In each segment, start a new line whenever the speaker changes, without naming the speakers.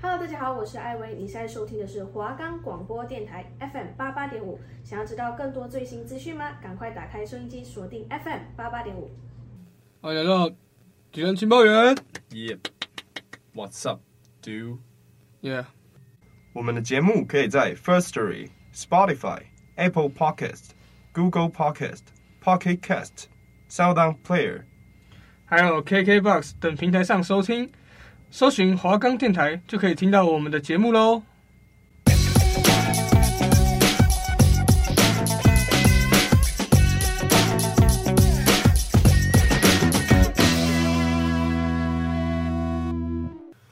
Hello，大家好，我是艾薇，你现在收听的是华冈广播电台 FM 八八点五。想要知道更多最新资讯吗？赶快打开收音机，锁定 FM 八八点五。
欢迎来到敌人情报员。
Yep. What's up, dude？
耶、yeah.，
我们的节目可以在 First Story、Spotify、Apple Podcast、Google Podcast、Pocket Cast、Sound On Player。
还有 KKBox 等平台上收听，搜寻华冈电台就可以听到我们的节目喽。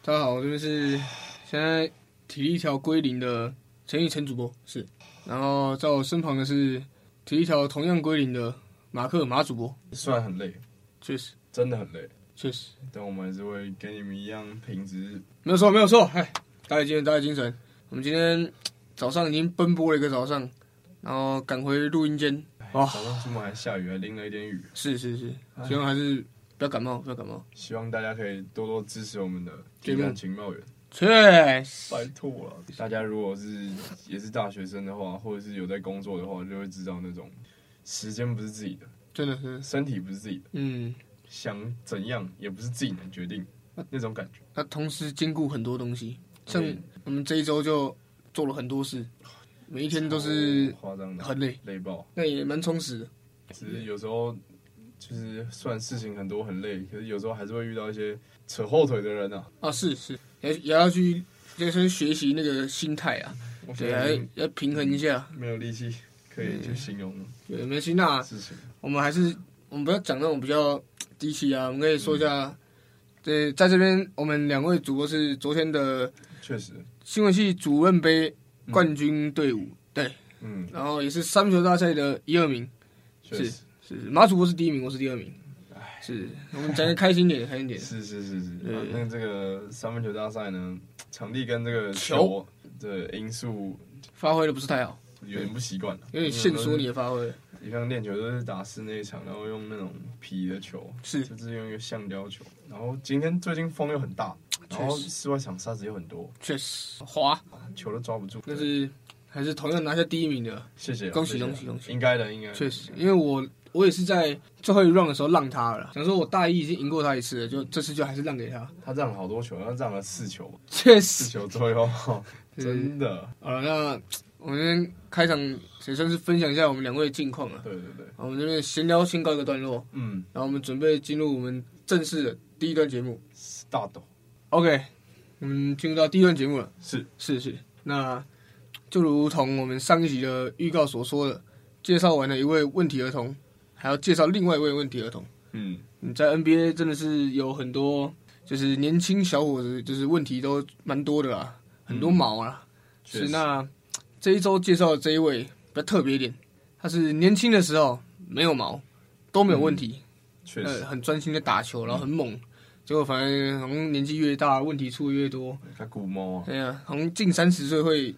大家好，我这边是现在体力条归零的陈奕陈主播，
是，
然后在我身旁的是体力条同样归零的马克马主播，
虽然很累，
确实
真的很累，
确实
但我们还是会跟你们一样品质。
没有错没有错，哎，大家精神大家精神，我们今天早上已经奔波了一个早上，然后赶回录音间，哇、
哎早上出门还下雨，还淋了一点雨。
是是是，希望还是不要感冒不要感冒，
希望大家可以多多支持我们的
节目
敌人情报员。
确实
拜托了，大家如果是也是大学生的话，或者是有在工作的话，就会知道那种时间不是自己的，
真的是，
身体不是自己的，
嗯，
想怎样也不是自己能决定那种感觉。
它同时兼顾很多东西，像
嗯
我们这一周就做了很多事，每一天都是
夸张的，
很累，
累爆。
那也蛮充实的。
只是有时候就是虽然事情很多很累，可是有时候还是会遇到一些扯后腿的人啊。
啊，是是，也也要去就是学习那个心态啊，
我觉
对，
得已经
要要平衡一下。
没有力气可以
嗯
去形容
对，没心那
事情。
我们还是我们不要讲那种比较低气啊，我们可以说一下。对，在这边我们两位主播是昨天的
确实，
新闻系主任杯冠军队伍，对，
嗯，
然后也是三球大赛的一二名，
确实
是马主播是第一名，我是第二名。是我们讲的开心点，开心点。
是是是是。
对
反正这个三分球大赛呢，场地跟这个
球
球的因素
发挥的不是太好，
有点不习惯了，
有点限缩你的发挥。
你像练球都是打室内场，然后用那种皮的球，
是
就是用一个橡胶球。然后今天最近风又很大，
确实
然后室外场沙子又很多，
确实滑，
球都抓不住。
但是还是同样拿下第一名的，
谢谢啊，
恭喜
谢谢啊
恭喜恭喜
应该的，应该的
确实，因为我我也是在最后一 round 的时候让他了，想说我大一已经赢过他一次了，就这次就还是让给他。
他让了好多球，他让了四球，
确
四
实，
球左右，真的，
好了，那我们今天开场也算是分享一下我们两位的近况啊。
对对对，
好我们这边闲聊先告一个段落，
嗯，
然后我们准备进入我们正式的第一段节目。
大斗
OK，我们进入到第一段节目了。
是
是是，那就如同我们上一集的预告所说的，介绍完了一位问题儿童，还要介绍另外一位问题儿童。
嗯，
嗯，在 NBA 真的是有很多就是年轻小伙子，就是问题都蛮多的啦，很多毛啊。
确
是
实
那这一周介绍的这一位比较特别一点，他是年轻的时候没有毛，都没有问题，
嗯确
呃，
实，
很专心的打球，然后很猛。结果反正好像年纪越大，问题出的越多。
他古猫啊，
哎呀，好像近三十岁会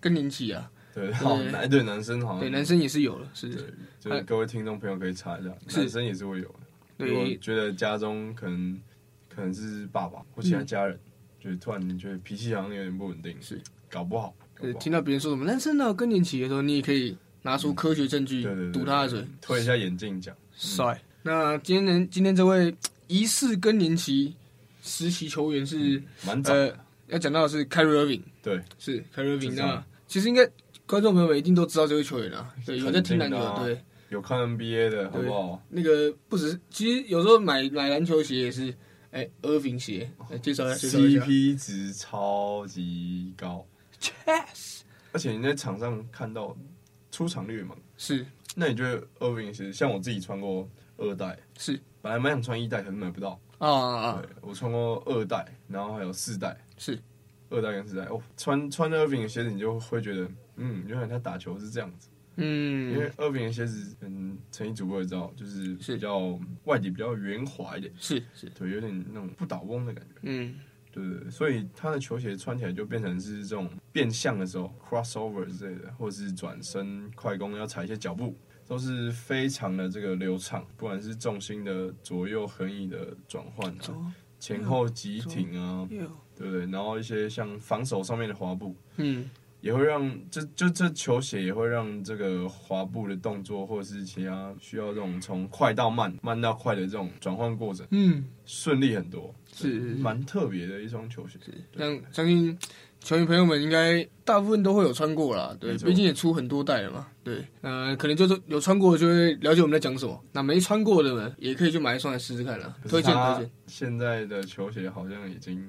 更年期啊。
对，好男对男生好像
对，男生也是有了，是，
对，就是各位听众朋友可以查一下，
是
男生也是会有啊的。我
对，
觉得家中可能可能是爸爸或其他家人，就是突然觉得脾气好像有点不稳定，
嗯是
搞不好，搞
对
不好
呃听到别人说什么男生呢更年期的时候，你也可以拿出科学证据
嗯对对对，
堵
对
他的嘴，
推一下眼镜讲，
帅。那今天今天这位疑似更年期实习球员是
蛮早，
呃，要讲到的是 Kyrie Irving，
对，
是 Kyrie Irving。
是这样
那其实应该观众朋友们一定都知道这位球员啊，对，
肯定
有在听篮球
的，啊
对，
有看 NBA 的好不好？
那个不只是，其实有时候买买篮球鞋也是，哎，Irving 鞋，
哦
来介绍一下，介绍一下
CP 值超级高，
，Yes，
而且你在场上看到出场率嘛，
是
那你觉得 Irving 是像我自己穿过二代，
是
本来蛮想穿一代，可是买不到。
啊啊啊
对，，我穿过二代，然后还有四代，
是
二代跟四代。哦，穿穿 Irving 的鞋子，你就会觉得，嗯，原来他打球是这样子。因为
嗯，
Irving 的鞋子，嗯，陈毅主播也知道，就是
是
比较外底比较圆滑一点，
是是，
对，有点那种不倒翁的感觉。
嗯，
对对对，所以他的球鞋穿起来就变成是这种变相的时候，crossover 之类的，或者是转身快攻要踩一些脚步，都是非常的这个流畅，不管是
嗯
重心的左右横移的转换啊，前后急停啊，
有
对不对？然后一些像防守上面的滑步，
嗯，
也会让这就这球鞋也会让这个滑步的动作，或者是其他需要这种从快到慢、慢到快的这种转换过程，
嗯，
顺利很多，
是
对蛮特别的一双球鞋。
像相信球迷朋友们应该大部分都会有穿过啦，对，
没错
毕竟也出很多代了嘛，对，呃，可能就是有穿过的就会了解我们在讲什么，那没穿过的呢，也可以去买一双来试试看啦，
可
推
是
荐
它
推荐。
现在的球鞋好像已经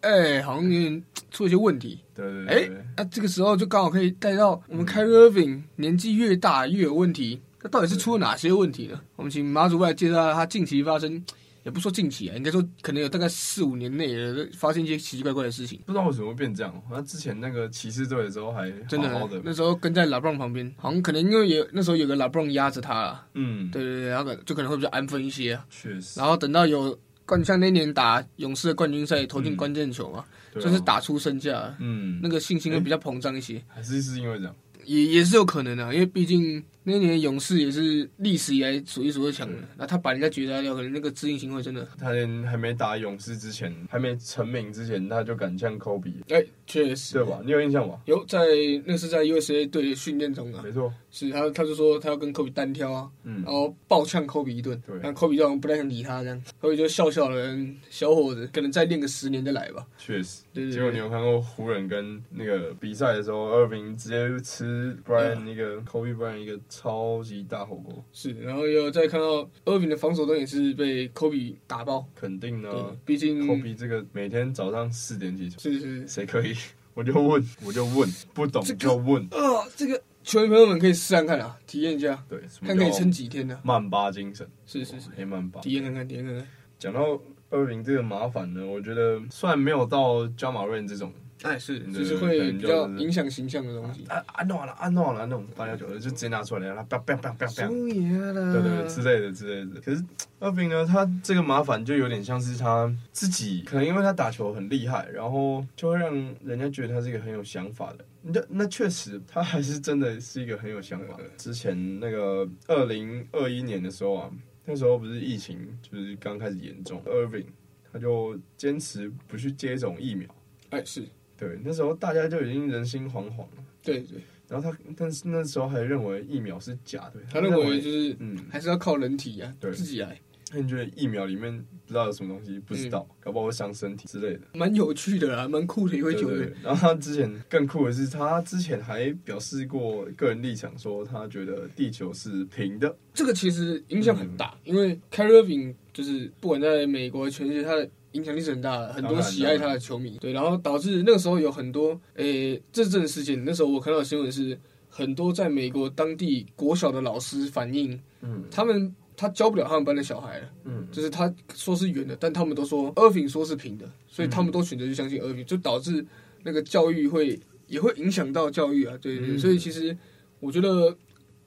哎、好像有点出了一些问题，
对对
哎
对对，
那、这个时候就刚好可以带到我们 Kyrie Irving 年纪越大越有问题，那到底是出了哪些问题呢？我们请马主来介绍一下他近期发生，也不说近期啊，应该说可能有大概四五年内的发生一些奇奇怪怪的事情，
不知道为什么会变这样。那之前那个骑士队的时候还
真的
好好的，
那时候跟在 LeBron 旁边，好像可能因为有那时候有个 LeBron 压着他啦，
嗯，
对对对，然后可就可能会比较安分一些啊、
确实，
然后等到有冠像那年打勇士的冠军赛投进
嗯
关键球嘛，
对啊
就是打出身价啊，
嗯，
那个信心会比较膨胀一些。
还是是因为这样，
也也是有可能的、啊因为毕竟那年勇士也是历史以来数一数二强的，
嗯
那他把人家绝杀掉，可能那个致敬行为真的，
他连还没打勇士之前，还没成名之前，他就敢呛科比，
哎、确实
对吧？你有印象吧？
有在那是在 USA 队的训练中啊，
没错，
是他他就说他要跟科比单挑啊，
嗯
然，后暴呛科比一顿
对，
然后科比就好像不太想理他这样，科比就笑笑的，嗯小伙子，可能再练个十年再来吧，
确实。
对对
结果你
对，
有看过湖人跟那个比赛的时候，二平直接吃 Brian 一个 Kobe Brian 一个超级大火锅，
是，然后也有再看到厄比的防守端也是被科比打爆，
肯定呢
对，毕竟
嗯 Kobe 这个每天早上四点起床，
是是
谁可以？ 我就问，我就问，不懂
这个
就问。
啊，这个球迷朋友们可以试看看啊，体验一下。
对，什么
看可以
叫
撑几天呢、
曼巴精神？
是是是，
黑曼巴。
体验看看，体验看看。
讲到二零这个麻烦呢，我觉得虽然没有到加马瑞这种
哎，是，
对
就是会比较
可能就是
影响形象的东西。
啊啊弄完了啊弄完了那种八加九的，就直接拿出来了，然后啪啪啪啪啪，
输赢啦，
对对对之类的之类的。可是二饼呢，他这个麻烦就有点像是他自己，可能因为他打球很厉害，然后就会让人家觉得他是一个很有想法的。那那确实，他还是真的是一个很有想法的。之前那个二零二一年的时候啊，那时候不是疫情就是刚开始严重，Irving 他就坚持不去接种疫苗。
哎是，
对，那时候大家就已经人心惶惶了。
对对，
然后他，但是那时候还认为疫苗是假的，
他认为就是
嗯，
还是要靠人体啊，
对
自己来，
他觉得疫苗里面不知道有什么东西，不知道，
嗯
搞不好会伤身体之类的。
蛮有趣的啦，蛮酷的一位球员。
然后他之前更酷的是，他之前还表示过个人立场，说他觉得地球是平的。
这个其实影响很大，因为 c a r r i v i n 就是不管在美国、全世界，他的影响力是很大的，很多喜爱他的球迷。对，然后导致那个时候有很多，诶、这阵事情，那时候我看到的新闻是，很多在美国当地国小的老师反映，
嗯
他们他教不了他们班的小孩了，
嗯，
就是他说是圆的，但他们都说 Irving 说是平的，所以他们都选择去相信 Irving，就导致那个教育会也会影响到教育啊，对对对，
嗯
所以其实我觉得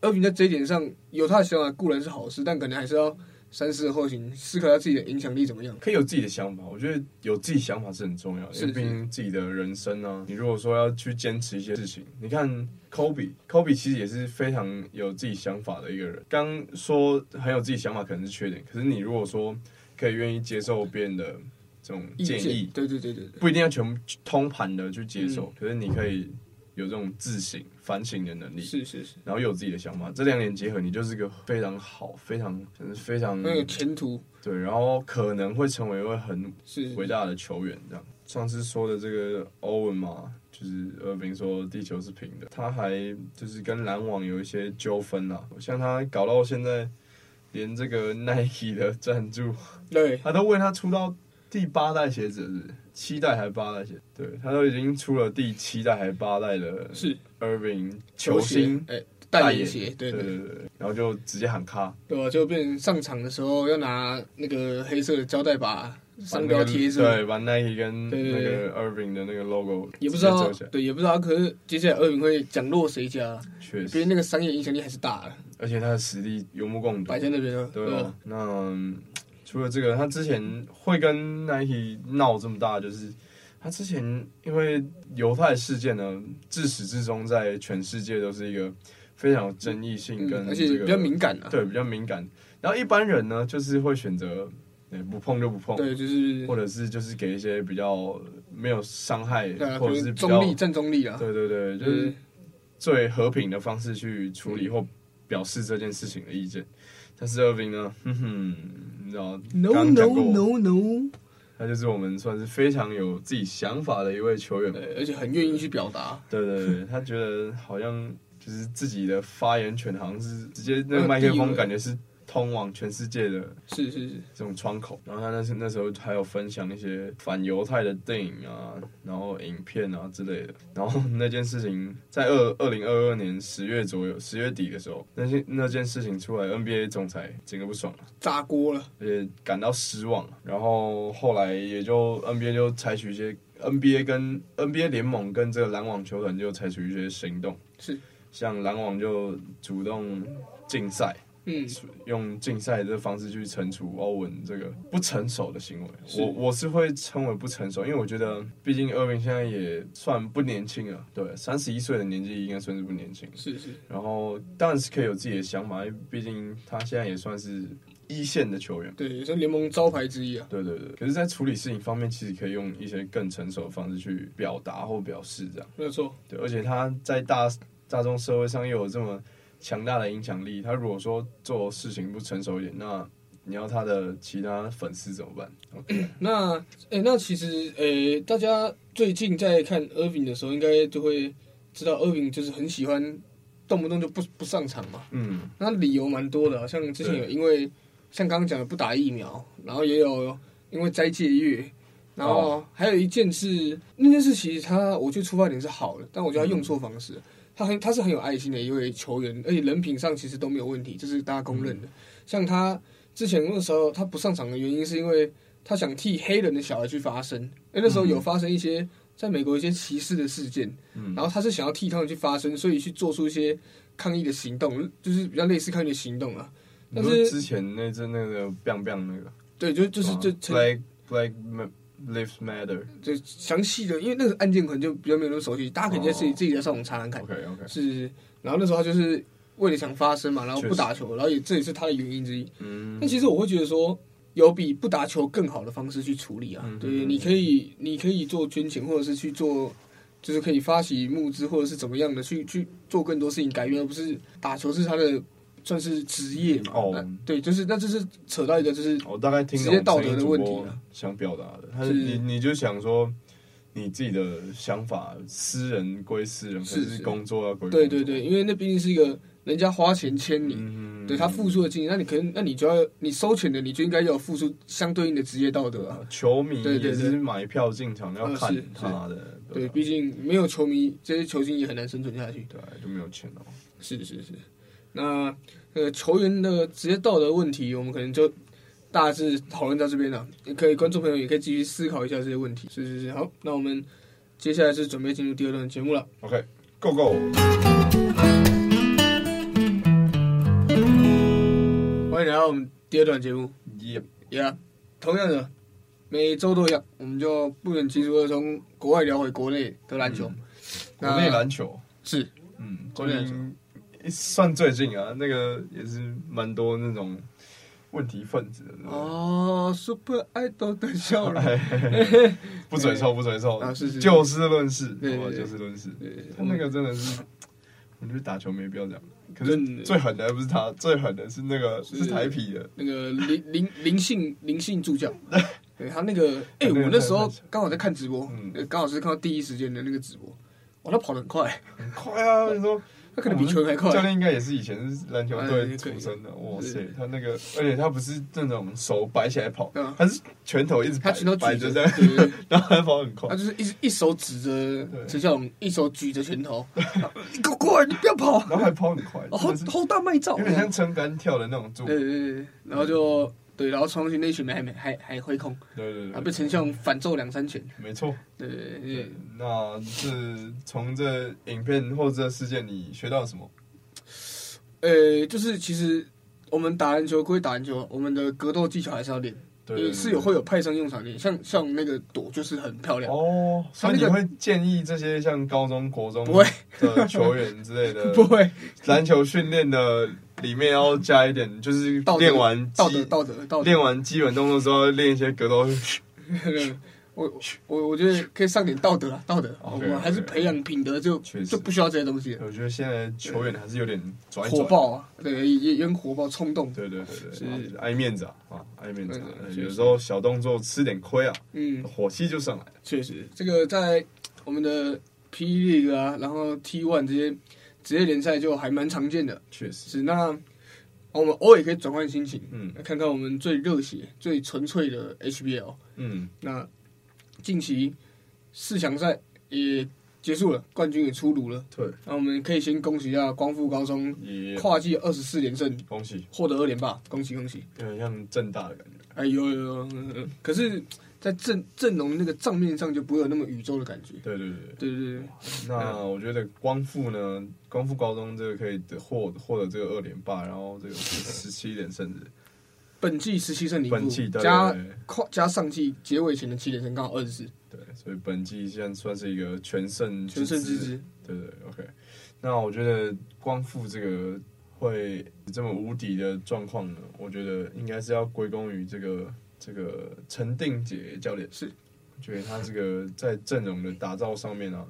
Irving 在这一点上有他的想法固然是好事，但可能还是要三思而后行，思考一下自己的影响力怎么样。
可以有自己的想法，我觉得有自己想法是很重要的，
是
因为毕竟自己的人生啊，你如果说要去坚持一些事情，你看 Kobe，Kobe 其实也是非常有自己想法的一个人。刚说很有自己想法可能是缺点，可是你如果说可以愿意接受别人的这种
意
建
见
议，
对对对对对，
不一定要全部通盘的去接
嗯
受，可是你可以有这种自省、反省的能力。
是是是，
然后有自己的想法，这两点结合，你就是个非常好、非常、非常
很有前途，
对，然后可能会成为一位很
是
伟大的球员这样。上次说的这个欧文嘛，就是厄平说地球是平的，他还就是跟篮网有一些纠纷啦、像他搞到现在，连这个 Nike 的赞助，
对，
他都为他出到第八代鞋子了是不是七代还是八代鞋子？对他都已经出了第七代还是八代的
是
Irving
球
球
鞋
星，
哎，代言
言
鞋，对
对
对。
对对，然后就直接喊卡，
对吧、就变成上场的时候要拿那个黑色的胶带把
把
商
那
标
个
贴住，
对，把 Nike 跟
对
那
对对
个 Irving 的那个 logo
也不知
直接
道啊
遮起来，
对，也不知道。可是接下来厄运会讲落谁家，
确
毕竟
实，
那个商业影响力还是大的，
而且他的实力有目共睹
摆，在那边了，
对
吧、
哦。那嗯除了这个，他之前会跟 Nike 闹这么大，就是他之前因为犹太事件呢，自始至终在全世界都是一个非常有争议性跟
嗯，而且
这个
比较敏感啊，
对比较敏感。然后一般人呢，就是会选择对，不碰就不碰，
对，就是
或者是就是给一些比较没有伤害，
对啊，
或
可
者是
能
比
中
较
立、正中立啊，
对对对，就是最和平的方式去处理或表示这件事情的意见。但是 Irving 呢，哼哼，你知道
No
刚刚
no
讲过
no no，
他就是我们算是非常有自己想法的一位球员。
对，而且很愿意去表达，
对对 对，他觉得好像就是自己的发言权好像是直接那个麦克
呃那个地
风，
位
感觉是通往全世界的
是是是，
这种窗口。然后他那时那时候还有分享一些反犹太的电影啊，然后影片啊之类的。然后那件事情在二二零二二年十月左右，十月底的时候，那件那件事情出来，NBA 总裁整个不爽了，
炸锅了，
而且感到失望。然后后来也就 NBA 就采取一些 NBA 跟 NBA 联盟跟这个篮网球团就采取一些行动，
是
像篮网就主动禁赛。
嗯，
用竞赛的方式去惩处欧文这个不成熟的行为，
是
我我是会称为不成熟，因为我觉得，毕竟厄文现在也算不年轻了，对，三十一岁的年纪应该算是不年轻。
是是，
然后当然是可以有自己的想法，因为毕竟他现在也算是一线的球员。
对，也是联盟招牌之一啊，
对对对，可是，在处理事情方面，其实可以用一些更成熟的方式去表达或表示这样。
没有错，
对，而且他在大大众社会上又有这么强大的影响力，他如果说做事情不成熟一点，那你要他的其他粉丝怎么办？OK，
那诶、那其实诶、大家最近在看 Irving 的时候，应该就会知道 Irving 就是很喜欢动不动就不不上场嘛。
嗯，
那理由蛮多的啊，像之前有
对
因为像刚刚讲的不打疫苗，然后也有因为斋戒月，然后
哦
还有一件事，那件事其实他我觉得出发点是好的，但我觉得他用错方
嗯
式，他很他是很有爱心的一位球员，而且人品上其实都没有问题，这是大家公认
嗯
的。像他之前那时候他不上场的原因是因为他想替黑人的小孩去发声，因为那时候有发生一些在美国一些歧视的事件，
嗯
然后他是想要替他们去发声，所以去做出一些抗议的行动，就是比较类似抗议的行动啊。
你
但
说
是
之前那阵那个 biang biang 那个，
对，就就是
吗
就
black black Ma- lives matter。
就详细的，因为那个案件可能就比较没有那么熟悉，大家可以在自己、
哦
自己在上网查看看。
OK OK，
是，是然后那时候他就是为了想发声嘛，然后
确
不
实
打球，然后也这也是他的原因之一。
嗯
但，其实我会觉得说，有比不打球更好的方式去处理啊。
嗯
对
嗯，嗯
你可以你可以做捐钱，或者是去做，就是可以发起募资，或者是怎么样的去去做更多事情改变，而不是打球是他的算是职业嘛。
哦
那对，就是那这是扯到一个就是
我大概听
直接道
懂
德
这
的
个主
问题
播
啊
想表达的，他
是
你你就想说。你自己的想法，私人归私人，
是
可是
是
工作要归
对
工作
对对，，因为那毕竟是一个人家花钱签你。
嗯
对他付出的精力，那你可能，那你就要你收钱的，你就应该要有付出相对应的职业道德啊。
球迷
对对
也是
对
买票进场要
呃
看
是
他的，
对，
啊
毕竟没有球迷，这些球星也很难生存下去。
对啊就没有钱了。
是是是，那呃球员的职业道德问题，我们可能就大致讨论到这边了。也可以观众朋友也可以继续思考一下这些问题。是是是，好，那我们接下来是准备进入第二段节目了。
OK，Go Go，
欢迎来到我们第二段节目。
耶！
Yeah，同样的，每周都一样，我们就不远其俗的从国外聊回国内的篮球。
嗯国
那
内篮球，
是
嗯，
国
最
内篮
近哎算最近啊，那个也是蛮多那种问题分子的。对不对
哦，Super Idol 的笑容。
不准抽，不准 抽
啊是是，是
就事论事，
对对
好吧
对
就事论事。
对
他那个真的是，我觉得打球没必要这样。可
真的
是最狠的还不是他，最狠的是那个是台啤的，
那个林林林姓林姓助 教，对他那个，哎、
那个
我那时候
太惨
刚好在看直播
嗯，
呃刚、好是看到第一时间的那个直播，哇，他跑得很快，
很快啊！你说
他可能比球员还
教
快，
练应该也是以前是篮球队
哎可以
出身的，哇塞
是，
他那个，而且他不是那种手摆起来跑
嗯，
他是拳头一直
他
摆
拳头
摆
举
着
着，
这
对
样，
对对
然后他 跑很
他
快。
就是一直一手指着
对
陈孝勇，一手举着拳 头，你给我过来，你不要跑，
然后还跑很快，
哦
真
好
的是
好大卖照，哦
有点像撑杆跳的那种助，
对
对
对对对，然后就对，然后冲上去那群人还没还还挥空，
对
然后被
对对，
陈孝勇反揍两三拳，
没错。
啊对对对
对
对，
那是从这影片或者这事件你学到了什么？
呃，就是其实我们打篮球归打篮球，我们的格斗技巧还是要练。
对
也
对
是
对
有会有派上用场的，像像那个躲就是很漂亮，
哦，所以
他那
你
个
会建议这些像高中、国中
不会
的球员之类 的
不会，
篮球训练的里面要加一点， 就是
道德
练完
道德
基
道德道德
练完基本动作之后，练一些格斗。
我我我觉得可以上点道德啊，道德，我
OK，
们还是
OK，
培养品德就
哦确实
就不需要这些东西了，
我觉得现在球员还是有点拽拽
火，爆啊，对，也也很火爆冲动，
对对对
是
对，啊就是爱面子啊啊，爱面子啊
对，对
有时候小动作吃点亏啊，
嗯，
火气就上来了。
确实，这个在我们的 P League 啊，然后 T One 这些职业联赛就还蛮常见的。
确实，
是那我们偶尔也可以转换心情，
嗯
看看我们最热血、最纯粹的 HBL。
嗯，
那近期四强赛也结束了，冠军也出炉了。
对，
那我们可以先恭喜一下光复高中
也
跨季二十四连胜，
恭喜，
获得二连霸，恭喜恭喜！
有点像正大的感觉。
哎呦呦呦，嗯嗯可是，在阵阵容那个账面上就不会有那么宇宙的感觉。
对对对，
对对对。
那
嗯
我觉得光复呢，光复高中这个可以得获获得这个二连霸，然后这个十七连胜至
本季十七胜零
本季
负，
对
加
对对
跨加上季结尾前的七连胜，刚好二十四，
对，所以本季现在算是一个全胜
全胜之
之
之。
对对对，OK。那我觉得光复这个会这么无敌的状况呢，我觉得应该是要归功于这个这个陈定杰教练。
是，
我觉得他这个在阵容的打造上面啊，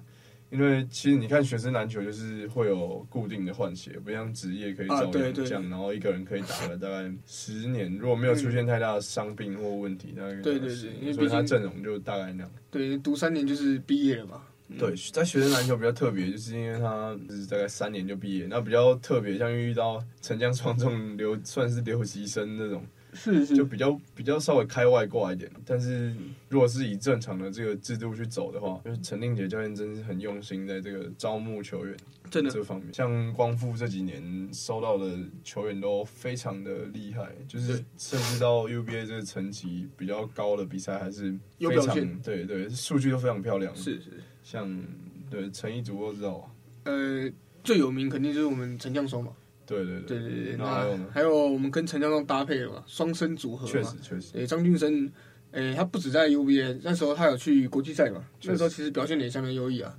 因为其实你看学生篮球就是会有固定的换血，不像职业可以
啊
找
对
两
对
将，然后一个人可以打了大概十年，如果没有出现太大的伤病或问题，那
嗯对对对因为
所
毕
以他
竟
阵容就大概那样。
对，读三年就是毕业了嘛。
对，在学生篮球比较特别，就是因为他就是大概三年就毕业，那比较特别，像遇到陈江双这种留算是留习生那种，
是
就比较比较稍微开外挂一点。但是如果是以正常的这个制度去走的话，就是陈定杰教练真是很用心在这个招募球员
真的
这方面。像光复这几年收到的球员都非常的厉害，就是甚至到 UBA 这个层级比较高的比赛还是
有
非
表现
常对对，数据都非常漂亮。
是是，
像对陈一竹都知道啊，
呃，最有名肯定就是我们陈将双嘛。
对对
对对对，
那还有
那
呢？
还有我们跟陈将双搭配了嘛，双生组合
确
嘛
实。确实，
对，张俊生，诶，他不止在 UBA，那时候他有去国际赛嘛，
确实
那时候其实表现得也相当优异啊。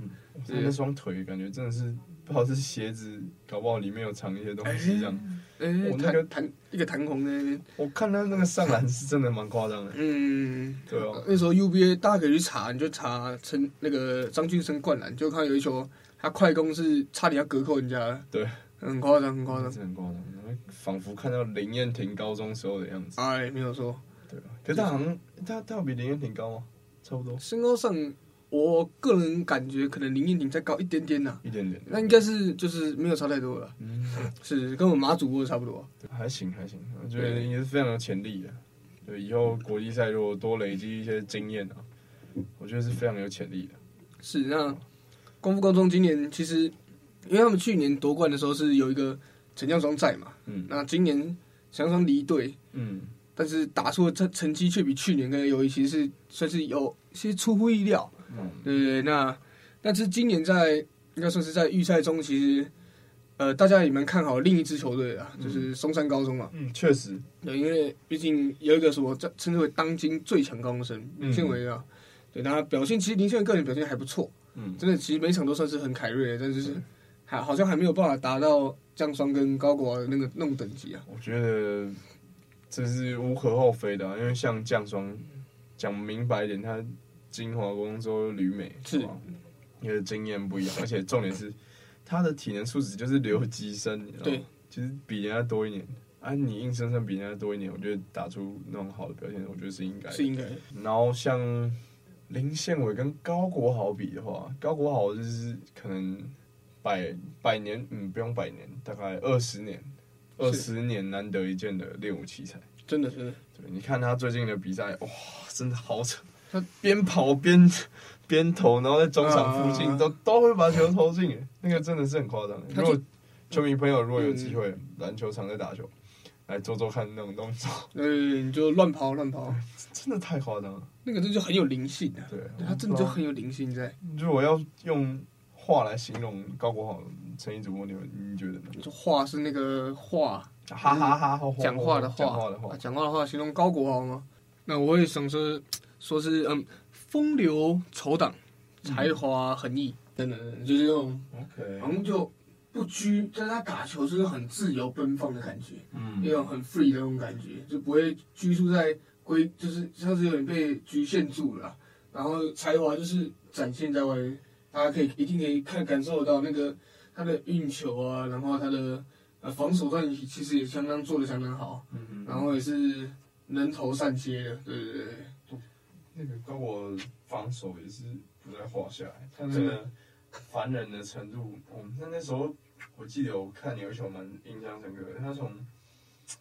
他那双腿感觉真的是不知道是鞋子，搞不好里面有藏一些东西这
哎
样。
诶，
我那个
弹弹一个弹簧在那边，
我看他那个上篮是真的蛮夸张的，
嗯，
对哦，
那时候 UBA 大家可以去查，你就查陈那个张俊生灌篮，就看到有一球他快攻是差点要隔扣人家了，
对，
很夸张，很 夸张
真。的很夸张，仿佛看到林彦廷高中时候的样子，
哎，没有错，
对吧？可是他好像他他有比林彦廷高吗？差不多
身高上，我个人感觉可能林彦廷再高一点点呐、
一点点，
那应该是就是没有差太多了，
嗯，
是跟我们马主播差不多。啊
对还行还行，我觉得也是非常有潜力的。对，以后国际赛如果多累积一些经验啊，我觉得是非常有潜力的。
是那功夫高中今年其实，因为他们去年夺冠的时候是有一个陈将双在嘛，
嗯
那今年陈将双离队，
嗯，
但是打出的成成绩却比去年跟尤其其实是算是有些出乎意料，
嗯
对对对。那但是今年在应该算是在预赛中，其实呃大家也蛮看好另一支球队的啊，就是松山高中嘛。啊
嗯，确实，
对，因为毕竟有一个什么在称之为当今最强高中生
嗯
林宪伟啊，对，那他表现其实林宪伟个人表现还不错，
嗯，
真的其实每场都算是很凯瑞的，但是就是还好像还没有办法达到江双跟高国华的那个那种等级啊。
我觉得这是无可厚非的啊、因为像降霜，讲明白一点，他金华工作旅美
是
吧？因为经验不一样，而且重点是他的体能素质就是留级生，你知道吗
对，
其实比人家多一年。啊，你硬生生比人家多一年，我觉得打出那种好的表现，我觉得是应该的。
是应该的
然后像林宪伟跟高国豪比的话，高国豪就是可能百百年，嗯，不用百年，大概二十年，二十年难得一见的练武奇才。
真的真的，
对，你看他最近的比赛，哇，真的好扯
他！
边跑边 边投，然后在中场附近
啊
都都会把球投进，哎那个真的是很夸张。
他
如
就
果球迷朋友如果有机会篮球场在打球，来做做看那种动作，
呃，你就乱跑乱跑，
真的太夸张了。
那个真的就很有灵性啊。
对，
对他真的就很有灵性在，
如果要用话来形容高国豪、陈怡主播，你们你觉得呢？
就话是那个话，
哈哈哈哈！
讲话的
讲话的
话，
话
啊，讲话的话形容高国豪吗？那我会想说，说是嗯，风流丑党，才华横溢等等，就是那种
OK，
好像就不不拘，但是他打球就是很自由奔放的感觉，一
嗯，
种很 free 的那种感觉，就不会拘束在规，就是像是有点被局限住了啊。然后才华就是展现在外面，大家可以一定可以看感受得到那个他的运球啊，然后他的呃防守端其实也相当做的相当好，
嗯
然后也是能投善接的，对对对。
那个高国防守也是不在话下，他那个烦人的程度，我们那那时候我记得我看有一球蛮印象深刻的，他从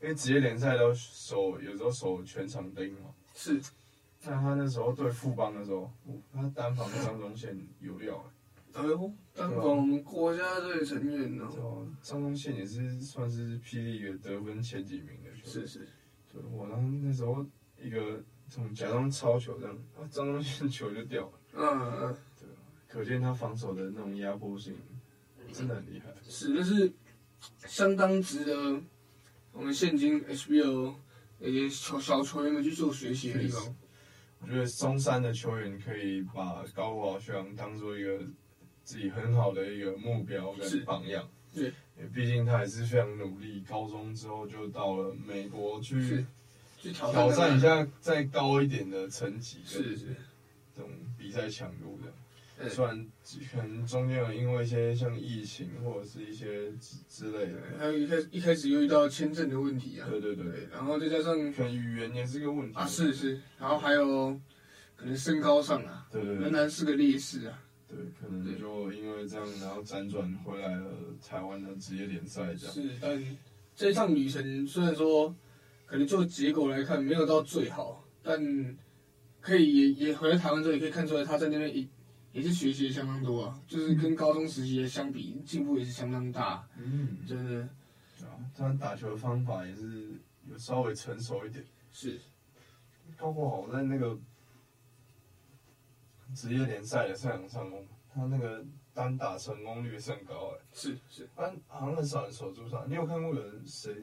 因为职业联赛都守有时候守全场盯嘛，
是，
那他那时候对富邦的时候，哦他单防张忠宪有料欸
哎呦，当防我们国家队成员哦呢、
然后啊张忠宪也是算是霹雳的得分前几名的球
是
员，
是，
对，我然后那时候一个从假装抄球这样，啊张忠宪球就掉了。
嗯嗯
可见他防守的那种压迫性真的很厉害。
是，那是相当值得我们现今 HBO 那些球呃小球员们去做学习的地方。
我觉得松山的球员可以把高华翔当做一个自己很好的一个目标
是
跟榜样。
对，
毕竟他也是非常努力，高中之后就到了美国
是
去
去挑
嗯挑战一
看看，
下再高一点的层级，
是是，
这种比赛强度的。
嗯
虽然可能中间有因为一些像疫情或者是一些之之类的，
还有一开一开始又遇到签证的问题啊，
对对对，
对，然后再加上
可能语言也是个问题
啊是，是，然后还有可能身高上啊，
对对对
仍，然是个劣势啊，
对，可能就因为这样，然后辗转回来了台湾的职业联赛这样。嗯
是，但这趟旅程虽然说可能就结果来看没有到最好，但可以也也回来台湾之后也可以看出来，他在那边也也是学习的相当多啊，就是跟高中时期的相比，进步也是相当大，
嗯，
真的
对啊，他打球的方法也是有稍微成熟一点，
是
包括好在那个职业联赛的赛场上哦，他那个单打成功率甚高哎、
是是，
但好像很少人守住他。你有看过有人谁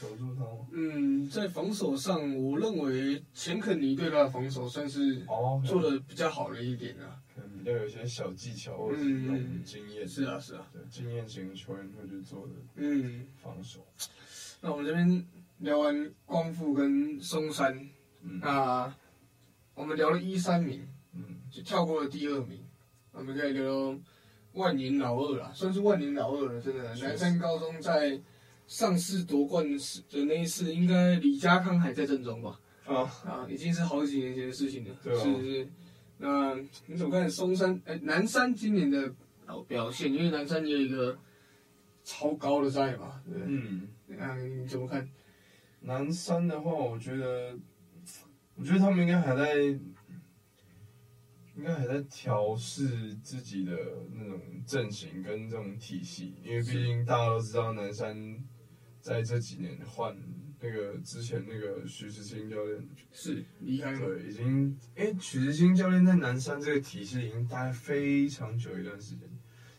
守住他吗？
嗯，在防守上，我认为钱肯尼对他的防守算是
哦，
啊做的比较好的一点啊，
可能比较有一些小技巧或者是那种经验，
是啊是啊，
对，经验型球员会去做的
嗯。
防守。
那我们这边聊完光复跟松山，
嗯
那我们聊了一三名，
嗯，
就跳过了第二名，我们可以聊聊万年老二啦，算是万年老二了，真的。
确实
南山高中在上次夺冠的那一次，应该李家康还在正中吧？
啊，
啊，已经是好几年前的事情了。
对啊
是是是。那你怎么看松山？哎、南山今年的表现？因为南山也有一个超高的在嘛，对不对。
嗯。
那你怎么看？
南山的话，我觉得，我觉得他们应该还在，应该还在调试自己的那种阵型跟这种体系，因为毕竟大家都知道南山在这几年换那个之前那个徐世清教练，
是离开了，
对，已经，因为许志清教练在南山这个体系已经待非常久一段时间，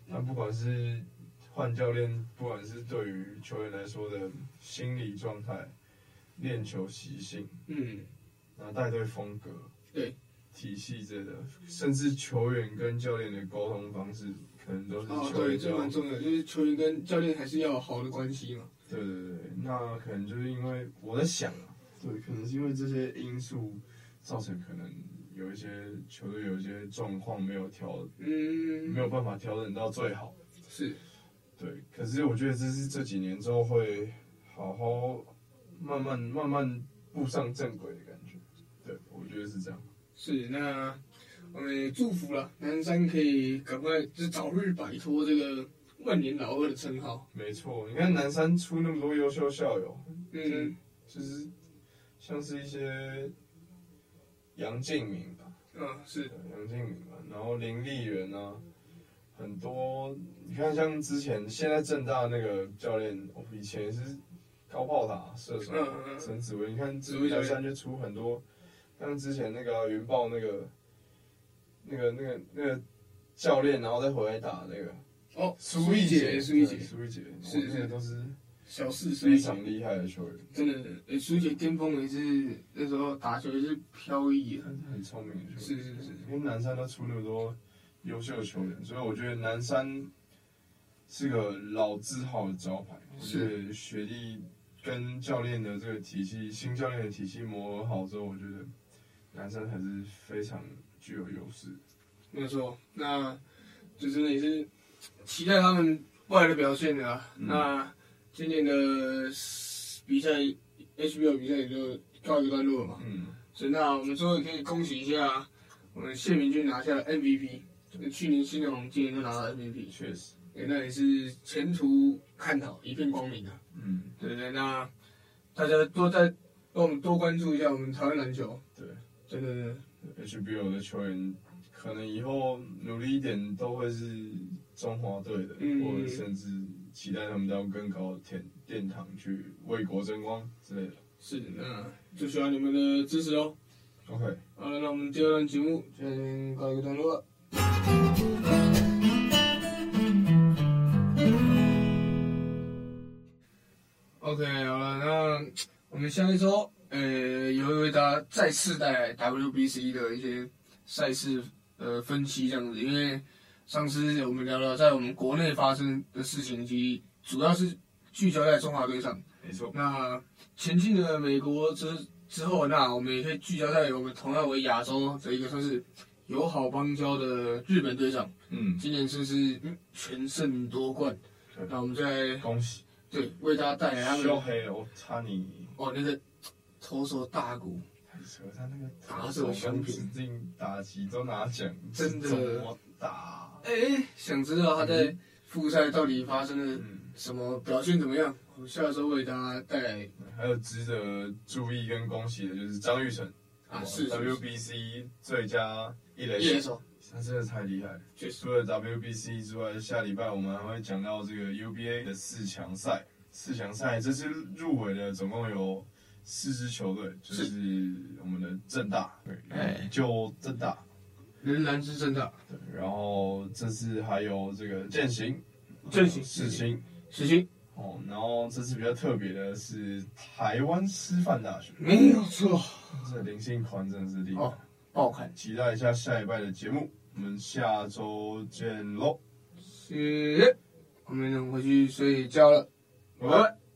那不管是换教练，不管是对于球员来说的心理状态、练球习性，
嗯，
然后带队风格，
对，
体系这个，甚至球员跟教练的沟通方式，可能都是
哦，
球
对，
员
这蛮
教
重要的，就是球员跟教练还是要有好的关系嘛。
对对对，那可能就是因为我在想啊，对，可能是因为这些因素造成可能有一些球队有一些状况没有调，
嗯，
没有办法调整到最好。
是
对，可是我觉得这是这几年之后会好好慢慢慢慢步上正轨的感觉。对，我觉得是这样。
是，那我们也祝福了南山可以赶快，就是早日摆脱这个万年老二的称号。
没错，你看南山出那么多优秀校友，
嗯，
就是像是一些杨敬明吧。
啊，是
杨敬敏嘛，然后林立源啊，很多你看像之前现在正大那个教练，哦、以前也是高炮塔射手
嗯嗯嗯
陈紫薇，你看
紫薇教练
南山就出很多，像之前那个啊云豹那个那个那个那个教练，然后再回来打那个
哦，
苏奕
杰，
杰，
苏奕
对
杰，
苏奕杰，
是
我觉得都是
小四苏
非
奕杰，
常厉害的球员，
真的，呃苏奕杰巅峰也是那时候打球也是飘逸啊，
很很聪明的球员。
是是是，
因为南山都出那么多优秀的球员，所以我觉得南山是个老字号的招牌，
是
是学弟跟教练的这个体系，新教练的体系磨合好之后，我觉得男生还是非常具有优势。
没错，那就真的也是期待他们未来的表现的啊。
嗯
那今年的比赛 HBL 比赛也就告一个段落了嘛。
嗯，
所以那我们最后也可以恭喜一下我们谢明君拿下了 MVP，就是去年新人王今年就拿到 MVP，
确实，
哎，那也是前途看好，一片光明啊。
嗯，
对不对？那大家多在帮我们多关注一下我们台湾篮球。
对，
真的真的
HBO 的球员可能以后努力一点都会是中华队的，
嗯
或者甚至期待他们到更高的殿殿堂去为国争光之类的。
是，那就需要你们的支持哦。
OK，
好了，那我们第二段节目就到这边告一个段落了。OK，好了，那我们下一周，呃，也会为大家再次带来 WBC 的一些赛事呃分析这样子，因为上次我们聊了在我们国内发生的事情，以及主要是聚焦在中华队上。
没错，
那前进了美国之之后，那我们也可以聚焦在我们同样为亚洲的一个算是友好邦交的日本队上，
嗯，
今年算是全胜夺冠
对。
那我们再
恭喜，
对为大家带来他们
修黑，我差你。
哦那个投手大谷，
太扯了，他那个指定打击都拿奖，
真的
怎么打？
哎，想知道他在复赛到底发生了
嗯，
什么表现怎么样？我们下周为大家带来
还有值得注意跟恭喜的就是张玉成
啊是是是
WBC 最佳一垒
野
手，
手，
他真的太厉害了。
哦确实
除了 WBC 之外，下礼拜我们还会讲到这个 UBA 的四强赛。四强赛这次入围的总共有四支球队，就是我们的正大，
哎
对，就正大，
仍然是正大，
对，然后这次还有这个践行、
正行
世新
实行
哦，然后这次比较特别的是台湾师范大学，
没有错，
这林信宽真的是厉
嗯
害，
哦爆看。
期待一下下一拜的节目，我们下周见喽，
是，我们回去睡觉了，
拜拜。
拜拜